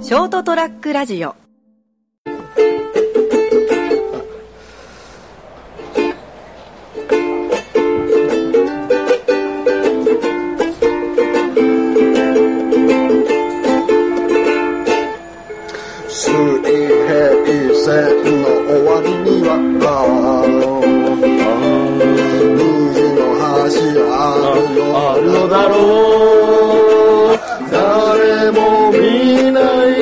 ショートトラックラジオ水平線の終わりにはあの虹の橋があるのだろう誰も見ない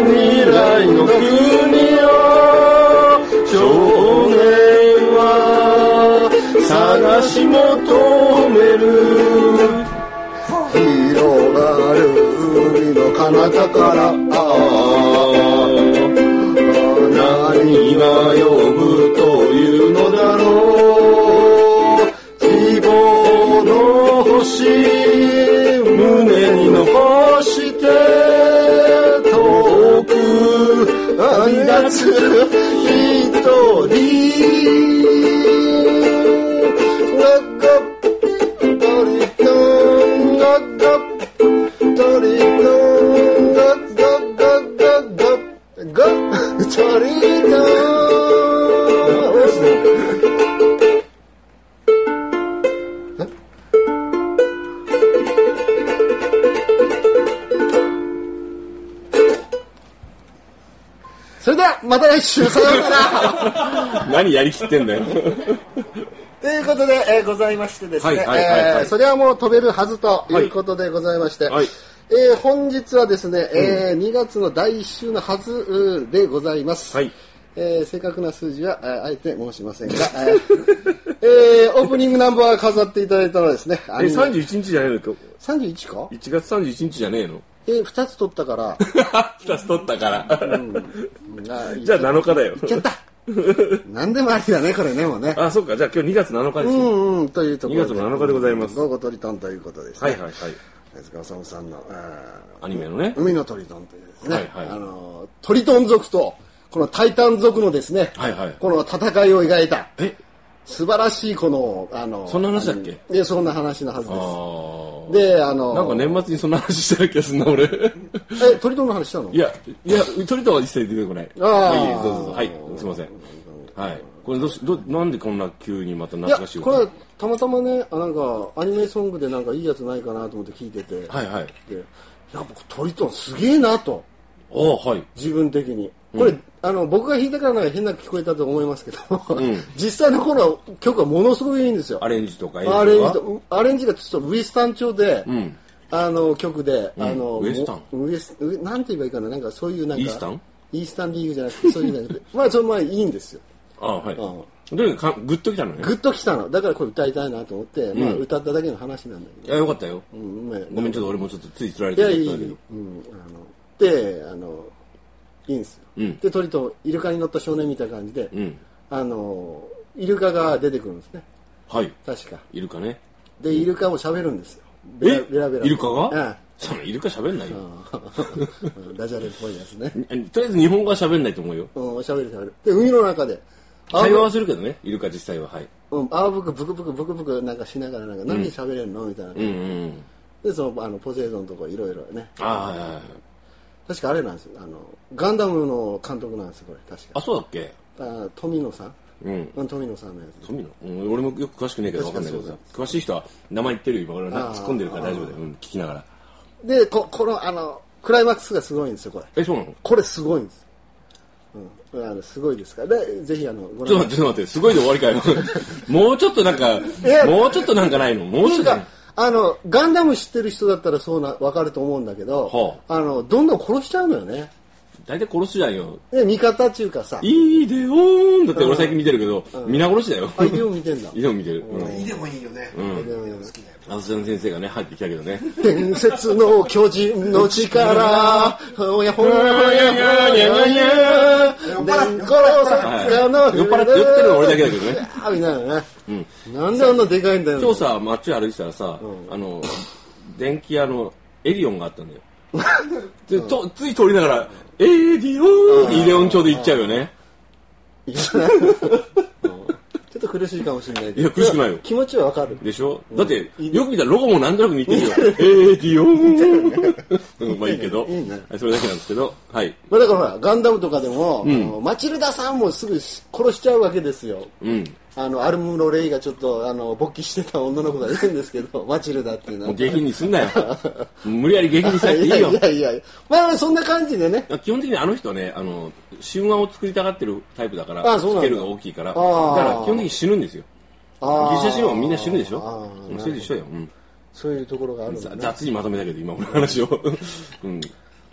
未来の国を少年は探し求める広がる海の彼方からああ何が呼ぶというのだろう希望の星胸に残して遠くあいつ一人なんかトリトンガガトリトンガガガガガガトリトン それではまた来週さようなら何やりきってんだよ。ということで、えーございましてですね、はいはいはいはいえーそれはもう飛べるはずということでございまして、はいえー本日はですね、えー2月の第1週のはずうーでございます。はいえー正確な数字は、えーあえて申しませんが、えー えーオープニングナンバー飾っていただいたのはですね、あえ、の31日じゃねえの今日31か ?1 月31日じゃねえのえー、2つ取った から、 ?2 つ取ったから。うんあーじゃあ7日だよ。いっちゃった 何でもありだね、これね、もうね。あ、そっか。じゃあ今日2月7日でうすね。んうん、というところ2月の7日でございますどうごとりとんということです、ね。はいはいはい。手塚治虫さんの、えーアニメのね。海の鳥トンというですね、はいはいあのトリトン族とこのタイタン族のですね、はいはいこの戦いを描いたえ素晴らしいこのあのそんな話だっけあのえそんな話のはずあでーすであのなんか年末にそんな話してる気がすんな、俺。 えトリトンの話したのいや、いや、鳥とは一切出てこない。あーまいいですどうぞどうぞはい、すいません。はい。これどうし、どう、なんでこんな急にまたいや懐かしいこれははたまたまねあなんかアニメソングでなんかいいやつないかなと思って聞いてて、はいはい。でいや僕トリトンすげえなとおーはい。自分的にこれ、あの僕が弾いたからなんか変な聞こえたと思いますけど、 実際の頃は曲はものすごくいいんですよアレンジとか演奏とかアレンジとアレンジがちょっとウエスタン調で、んあの曲で、あのウエスタンウエスウエなんて言えばいいかななんかそういうなんかイースタンイースタンリーグじゃなくてそういうんじゃ なくてまあその前いいんですよあはい。とにかくかグッときたのね。グッときたのだからこれ歌いたいなと思って、まあ歌っただけの話なんだけいや、よかったよ。ど、うんまあごめん、ちょっと俺もちょっとついつられいてやしいい、まったんだけど。うん、あのであのいいんですよ、んで鳥とイルカに乗った少年みたいな感じで、うん。あのイルカが出てくるんですねはい。確かイルカね。でイルカも喋るんですよベラベラベライルカええがそのイルカ喋んないよ。うんダジャレっぽいやつね。にとりあえず日本語は喋んないと思うよ。うん、しゃべるしゃべる。で、海の中で、あ会話はするけどね、イルカ実際は。はい。うん、あわぶくブクブクブクブクなんかしながらなんか、何しゃべれんのみたいな。うんうん。で、その、あの、ポセイドンのとこいろいろね。あーはいはいはい。確かあれなんですよ。あの、ガンダムの監督なんですよ、これ。確か。あ、そうだっけあ富野さんうん。うん、富野さんのやつ。富野うん俺もよく詳しくねえけどわかんないけどさ。詳しい人は名前言ってるよ。今俺はなあー突っ込んでるから大丈夫だよ。うん、聞きながら。で、こ、この、あの、クライマックスがすごいんですよ、これ。え、そうなのこれすごいんです。うん。あの、すごいですから。で、ぜひあの、ごちょっと覧待って、ちょっと待って。すごいで終わりか よ。もうちょっとなんかや、もうちょっとなんかないのもうちょっとなん。かあのガンダム知ってる人だったらそうな分かると思うんだけど、はあ、のどんどん殺しちゃうのよね大体殺すじゃんよ。で味方っていうかさいいでおーんだって俺最近見てるけど、皆殺しだよ。あイデオン見てんだ いでも見てる。うんでもいいよね。イデオンよあずちゃん先生がね、入ってきたけどね。伝説の巨人の 力ほやほやほやほやほや伝説の酔っ払って酔ってるのは俺だけだけどねあみたいなね、なんであんなでかいんだよ今日さ、街歩いてたらさ、あの、電気屋のエリオンがあったんだよ。でとつい通りながら、エ ディオンってイデオン町で行っちゃうよね。いやちょっと苦しいかもしれないけどいや苦しくないよ気持ちはわかるでしょだって、うんよく見たらロゴもなんとなく似てるよ。えー、ディオーン、うんまあいいけど。いいねはいそれだけなんですけど。はい。まあだからほらガンダムとかでも、あのマチルダさんもすぐ殺しちゃうわけですようん。あのアルムロ・レイがちょっとあの勃起してた女の子がいるんですけど マチルダっていうのもうは下品にすんなよ。無理やり下品にしなくていいよ。やいやいやまあそんな感じでね基本的にあの人はね、あの、神話を作りたがってるタイプだから、あそうなんだスケールが大きいから、だかあーら基本的に死ぬんですよ。あーギリシャ神話もみんな死ぬでしょあーもうそれと一緒よ。うん。そういうところがあるんだざね雑にまとめたけど、今俺の話を。 うん。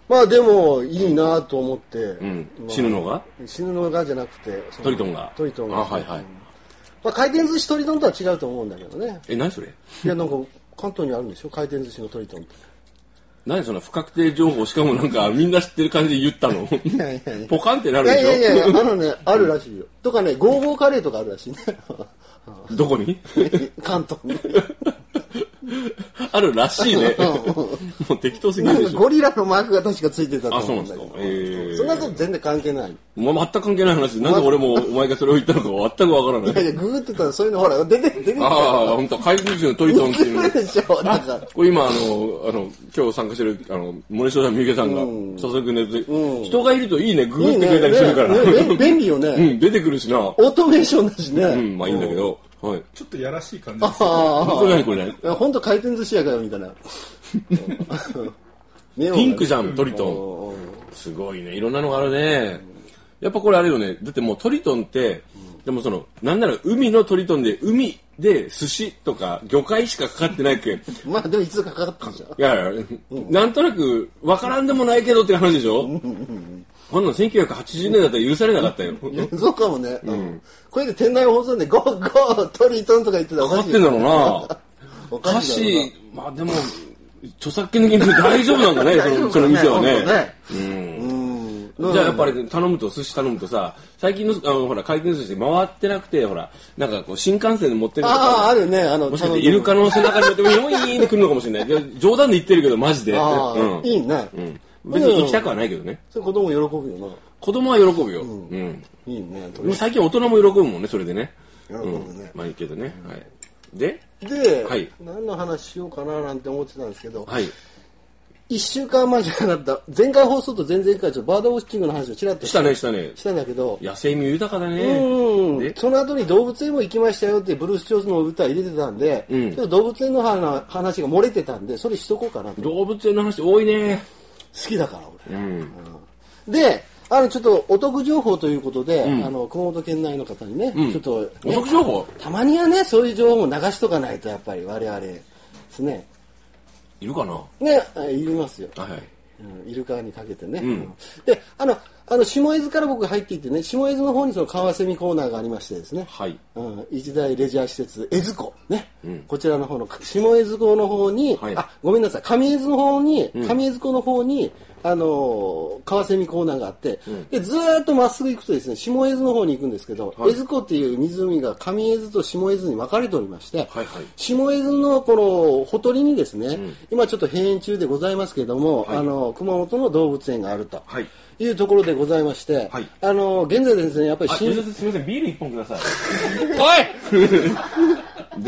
まあでもいいなと思って、うんま。あ死ぬのが死ぬのがじゃなくてそのトリトンが。トリトンあ、はいはい。まあ、回転寿司トリトンとは違うと思うんだけどねえ、何それいやなんか関東にあるんでしょ回転寿司のトリトンって何その不確定情報、しかもなんかみんな知ってる感じで言ったのやいやいやポカンってないるでやいやいやいやしあのねあるらしいよとかねゴーゴーカレーとかあるらしいね ょどこに関東にあるらしいね。もう適当すぎなるんでかしょ。ゴリラのマークが確かついてたとあ、そう思なうんんだけですかど。えーそんなこと全然関係ないま全く関係ない話で、なんで俺もお前がそれを言ったのか全くわからいやないい。やググってたらそういうのほら出て出てきたああ、本当怪獣のトリトンっていうの映るでしょなんかこれ今、あの、あの、今日参加してる、あの、森下さん、三池さんが、早速ネットで、人がいるといいね、ググいっいてねくれたりするから。ねね便利よね、うん、出てくるしな。うオートメーションだしね、ん、まあいいんだけど。はい。ちょっとやらしい感じですよああそれ何これいや本当回転寿司屋かよみたい な ピンクじんゃん、トリトン。すごいね。いろんなのがあるね。やっぱこれあれよね。だってもうトリトンって、でもその、なんなら海のトリトンで、海で寿司とか魚介しかかかってないっけ。いまあでもいつかかかったじゃんやいや、なんとなくわからんでもないけどって話でしょこんなの1980年だったら許されなかったよ。いや そうかもね、これで店内放送でゴーゴートリトンとか言ってたらおかかかっしていんだろうな。お歌かしいだろう詞、まあでも、著作権的に大丈夫なんだね、そ大丈夫かのねその店は本当ねね。なうん。じゃあやっぱり頼むと、寿司頼むとさ、最近の、あの、ほら、回転寿司で回ってなくて、ほら、なんかこう、新幹線で持ってるとああか、あるねあのもしかしてイルカの背中に乗って、ウィーンって来るのかもしれないいや。冗談で言ってるけど、マジで。ああ、うん。いいね、うん。別に行きたくはないけどね。それ子供喜ぶよ子供は喜ぶよ。うん。ないいねトでもリ最近大人も喜ぶもんね、それでね。トン喜ぶね、まあいいけどね。はい。で、で、はい何の話しようかななんて思ってたんですけど、はい。一週間前じゃなかった前回放送と前々回ちょっとバードウォッチングの話をちらっとしたね、したねし。たんだけど野生味豊かだね。うんでその後に動物園も行きましたよってブルース・ジョーンズの歌入れてたんで、んちょっと動物園の話話が漏れてたんでそれしとこうかなと好動物園の話多いね。きだから俺、うん。であのちょっとお得情報ということで、あの熊本県内の方にね、うんちょっとね、お得情報たまにはねそういう情報も流しとかないとやっぱり我々ですねいるかなはねあいりますよい。うんイルカにかけてね、んであのあの下伊豆から僕入っていってね下伊豆の方にそのカワセミコーナーがありましてですね、はい。うん、一大レジャー施設江津湖ね、こちらの方の下江津湖の方に、はいあごめんなさい上江津の方に、上江津湖の方にあのーカワセミコーナーがあって、でずーっとまっすぐ行くとですね下江津の方に行くんですけど、江津湖っていう湖が上江津と下江津に分かれておりまして、はいはい下江津のこのほとりにですね、今ちょっと閉園中でございますけれども、あの熊本の動物園があると。はいいいうところでございまして、はいあの現在ですねやっぱりあ、す新みません、ビール一本ください。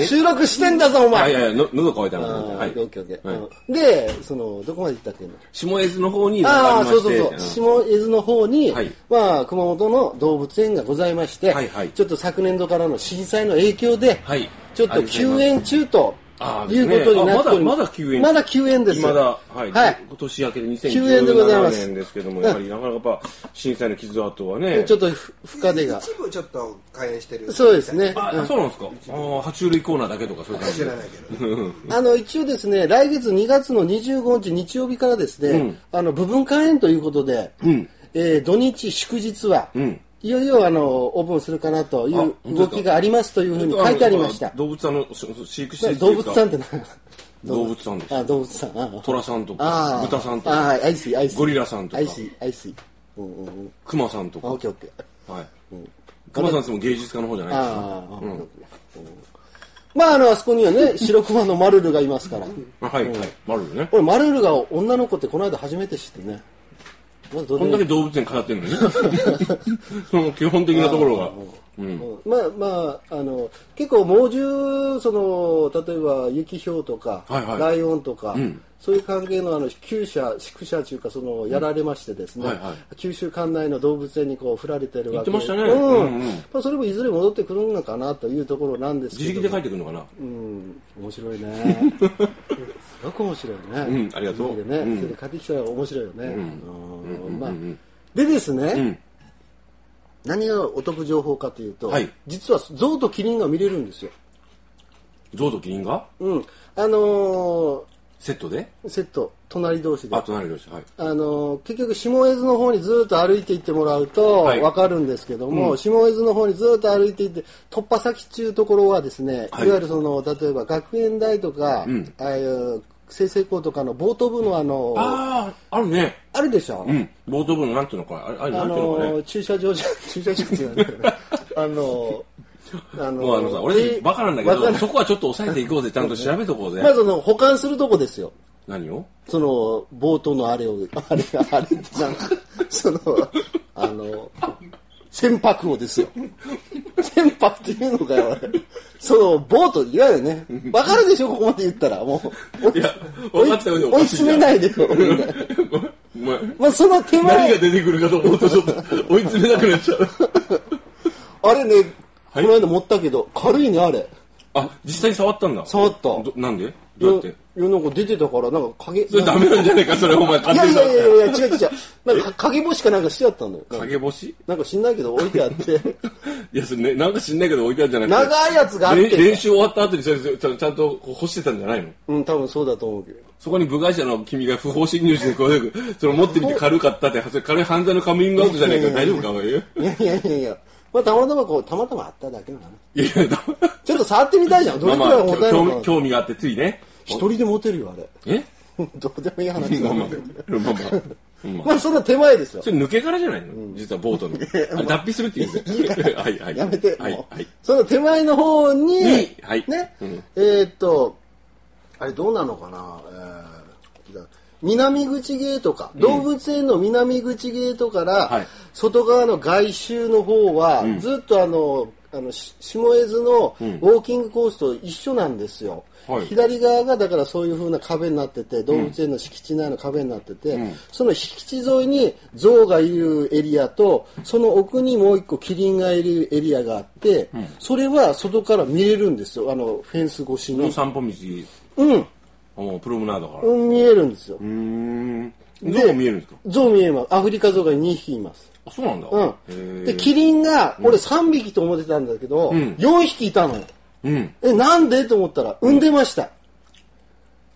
収録してんだぞお前、あ、いやいや、の喉乾いたな。あーはい。オッケーオッケー、はうんでそのどこまで行ったっけな下江津の方に、ああそうそうそありまうして下伊豆の方に、はいまあ、熊本の動物園がございまして、はいはいちょっと昨年度からの震災の影響で、はいちょっありとがとう休ござい園中とあーいですうねことになっておりあまだまだ休園まだ休園ですまだ、はい。はい年明けで休園でござい2017ます年ですけども、やはりなかなかやっぱ、震災の傷跡はね。ちょっとふ深手が一部ちょっと開演してるそうですねあ、そうなんですか。あー爬虫類コーナーだけとかそういう感じ知でら。ないけどあの一応ですね来月2月の25日日曜日からですね、あの部分開園ということで、えー土日祝日は、んいよいよあのオープンするかなというあ本当です動かきがありますというふうに書いてありましたの動物さんのし飼育施設ってい動う物か。さんってな 動物さんですあ動物さんああ虎さんとあか、豚さんとあか、あアイスイアイスゴリラさんとかアイスイアイスイうんうんうん熊さんとあオッか。ケーオッケーはい。熊さんっても芸術家の方じゃないですか。ああ、うんまああのあそこにはね白熊のマルルがいます からあはい、はい。マルルね。これマルルが女の子ってこの間初めて知ってねまだどうこんでだもいけい動物園通ってるのに。その基本的なところが。まあまああの結構猛獣その例えば雪ひょうとか、はいはいライオンとか、そういう関係のあの厩舎宿舎というかそのやられましてですね、はいはい九州管内の動物園にこう振られてるわけ言ってましたねうんうんうんまあ、それもいずれ戻ってくるのかなというところなんですけど自力で帰ってくるのかなうん、面白い ね。すごく面白いね。んありがとうでね、うんそれで買ってきたら面白いよね。うんまあ、でですね、ん何がお得情報かというと、はい実は象とキリンが見れるんですよ。象とキリンがうん、あのセットでーセット隣同士で。あ隣同士はいあの結局下絵図の方にずっと歩いていってもらうとはいわかるんですけども、下絵図の方にずっと歩いていって突破先っていうところはですね、はいい、わゆるその例えば学園大とか、ああいう生成校とかの冒頭部のあのああああるねるでしょ、うん冒頭部のなんていうのかあれあれなあんていうのかねの駐車場じゃ 駐車場って言わないあのあのもうあのさ俺バカなんだけわかどんないそこはちょっと抑えていこうぜちゃんと調べとこうぜまあその保管するとこですよ何をその冒頭のあれをあれあれってなんかそのあの船舶をですよ船舶っていうのかよ俺そのボートいわゆるねわかるでしょここまで言ったらもう追いいや分かったよね追い詰めないでよみんなお前まあその手何前が出てくるかと思うと ちょっと追い詰めなくなっちゃうあれねこはいの間持ったけど軽いねあれあ実際に触ったんだ触ったどなんでどうやっいてやいやなんか出てたからなんか影それダメなんじゃないかそれお前い勝や手いにやいやいや違う違う違うなんか影干しかなんかしてあったのよ影星 なんか知んないけど置いてあっていやそれねなんか知んないけど置いてあるんじゃなくて長いやつがあっれんて練習終わった後にそれちゃんちゃんとこう干してたんじゃないのうん、多分そうだと思うけど。そこに部外者の君が不法侵入してこうそれ持ってみて軽かったってそれ軽い犯罪のカミングアウトじゃねえか大丈夫かお前いやいやいやいやいや。まあ、たまたまこう、たまたまあっただけなのね。いや だちょっと触ってみたいじゃん。どまれくあまらいあ重たい興の味かな。興味があってついね一人で持てるよ、あれ。 えどうでもいい話まだあまなあ。まあまあまあ、その手前ですよそ。れ抜け殻じゃないの、実はボー トの。あれ脱皮するって言うんですよ。 はいはい。やめて、はいもうはい。その手前の方に、にはいね、うんえーっと、あれどうなのかな、えーだ南口ゲートか、動物園の南口ゲートから、はい外側の外周の方は、ずっとあの、あのし下絵図のウォーキングコースと一緒なんですよ、はい左側がだからそういう風な壁になってて動物園の敷地内の壁になってて、その敷地沿いに象がいるエリアとその奥にもう一個キリンがいるエリアがあって、それは外から見れるんですよあのフェンス越しこのに、散歩道、うんもうプロムナーだから。ううん、見えるんですよーん。でどう見えるんですか象見えますアフリカ象が2匹います、あ、そうなんだ。うへん、ーでキリンが俺3匹と思ってたんだけど、ん4匹いたのようん。えなんでと思ったら産んでました、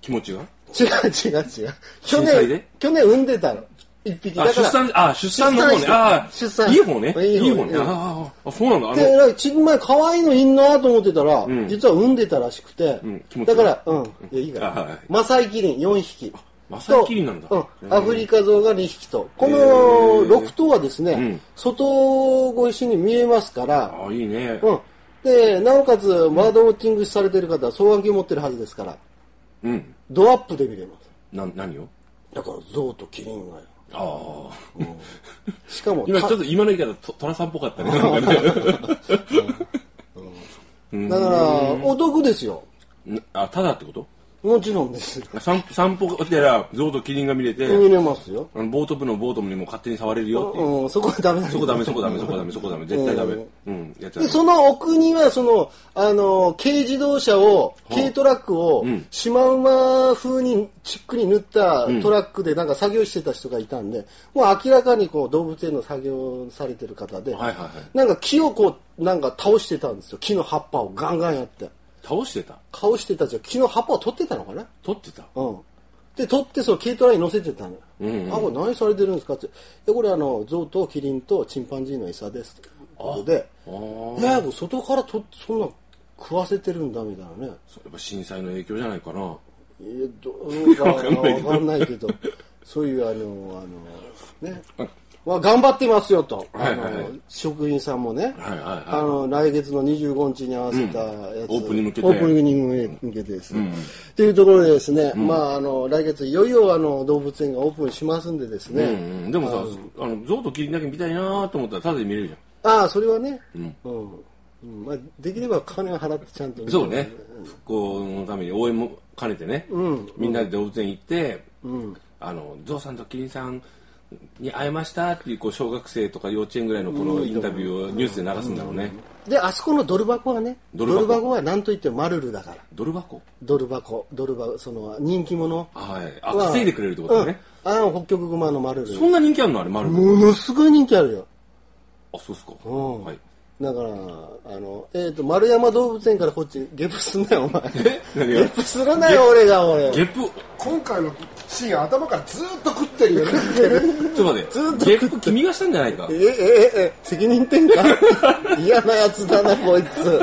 気持ちが違う違う違う。去震災年で、去年産んでたの。一匹。だあ、か出ら、産、あ、出産の方ね。あ出産いい方ね。いい方いい方ね。うんああ、あそうなんだ。あで、の、なんかちんまい可愛いのいんなと思ってたら、実は産んでたらしくて、ん気持だち悪かいら、うん、いや、いいかあはらい。マサイキリン4匹。マサイキリンなんだとへうん、ーアフリカゾウが2匹と。こへのー6頭はですね、ん外越しに見えますから、あ、いいね。うん。で、なおかつ、バードウォッチングされてる方は双眼鏡持ってるはずですから、うん。ドアップで見れます。な、何をだから、ゾウとキリンがよ。ああ。しかも、今ちょたっと今の言い方、とトラさんっぽかったね。なんかねだから、お得ですよ。んあ、ただってこともちろんです。散散歩がてら、象とキリンが見れて、見れますよ。あのボート部のボートにも勝手に触れるよっていう。うん、そこはダメだそこダメ、そこダメ、そこダメ、そこダメ、絶対ダメ。うん、やっちゃで、う。その奥には、その、あの、軽自動車を、軽トラックを、シマウマ風にチックに塗ったトラックでなんか作業してた人がいたんで、もう明らかにこう動物園の作業されてる方で、はいはいはいなんか木をこう、なんか倒してたんですよ。木の葉っぱをガンガンやって。倒してた倒してたじゃん木の葉っぱを取ってたのかな取ってたうん、で取ってその軽トラに乗せてたのよ、あこれ何されてるんですかっていやこれあの象とキリンとチンパンジーの餌ですということであーいやこれ外からとそんな食わせてるんだみたいなねそうやっぱ震災の影響じゃないかな。いや どうか分かんないけどそういうあのあのねまあ、頑張ってますよと、はいはいはいあの職員さんもね、はいはいはいあの来月の25日に合わせたやつ、うんオープンに向けてオープンに向けてですね、っていうところでですね、まああの来月いよいよあの動物園がオープンしますんでですね、うんうん。でもさ、あの、象とキリンだけ見たいなーと思ったら、ただで見れるじゃん。ああそれはねうん、うんまあ、できれば金を払ってちゃんと見てそうね復興のために応援も兼ねてね、みんなで動物園行って、あのゾウさんとキリンさんに会えましたっていうこう小学生とか幼稚園ぐらいのこのインタビューをニュースで流すんだろうね、であそこのドル箱はねドドルル箱箱は何と言ってもマルルだからドル箱ドル箱ドル箱その人気者はいあ稼いでくれるってことだね、うん、あの北極熊のマルルそんな人気あるのあれ丸ルものすごい人気あるよあそうっすか、んはいだからあのえっ、と丸山動物園からこっちゲップすんなよお前え何がゲップするなよ俺が俺ゲップ今回のシーン頭からずっと食ってるよねちょっと待ってずっとゲップ君がしたんじゃないかええええ責任 転換嫌なやつだなこいつ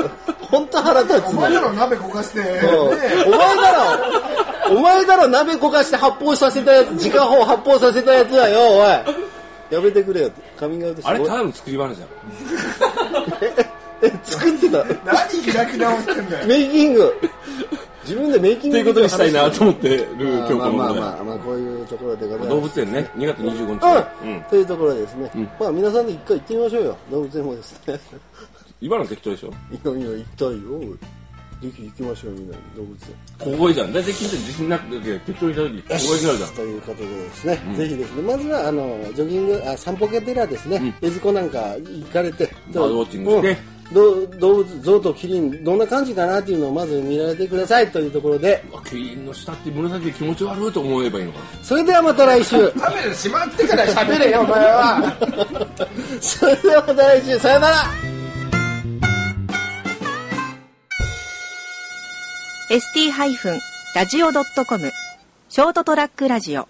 本当腹立つおね前らの鍋焦がして、ねうんお前だろお前だろ鍋焦がして発砲させたやつ自家砲発砲させたやつはよおいやめてくれよカミングアウトしてあれただの作り話じゃんえ作ってた何開き直ってんだよメイキング自分でメイキンとグいうことにしたいなと思ってる今日こまあのまあ問題まあ、まあ、こういうところでございます動物園ね2月25日うね、ん、うん、というところですね、まあ皆さんで一回行ってみましょうよ動物園もですね今の適当でしょいやいや行きたいよぜひ行きましょうみんな動物園小声じゃん大体聞いて自信なくて適当にした時小声になるじゃんということでですね、ぜひですねまずはあのジョギングあ散歩系デラですね、江津湖なんか行かれてバードウォッチングしてうんどう動物象とキリンどんな感じかなっていうのをまず見られてくださいというところでうわキリンの下って紫で気持ち悪いと思えばいいのかなそれではまた来週カメラ閉まってから喋れよお前はそれではまた来週さよなら ST-radio.com ショートトラックラジオ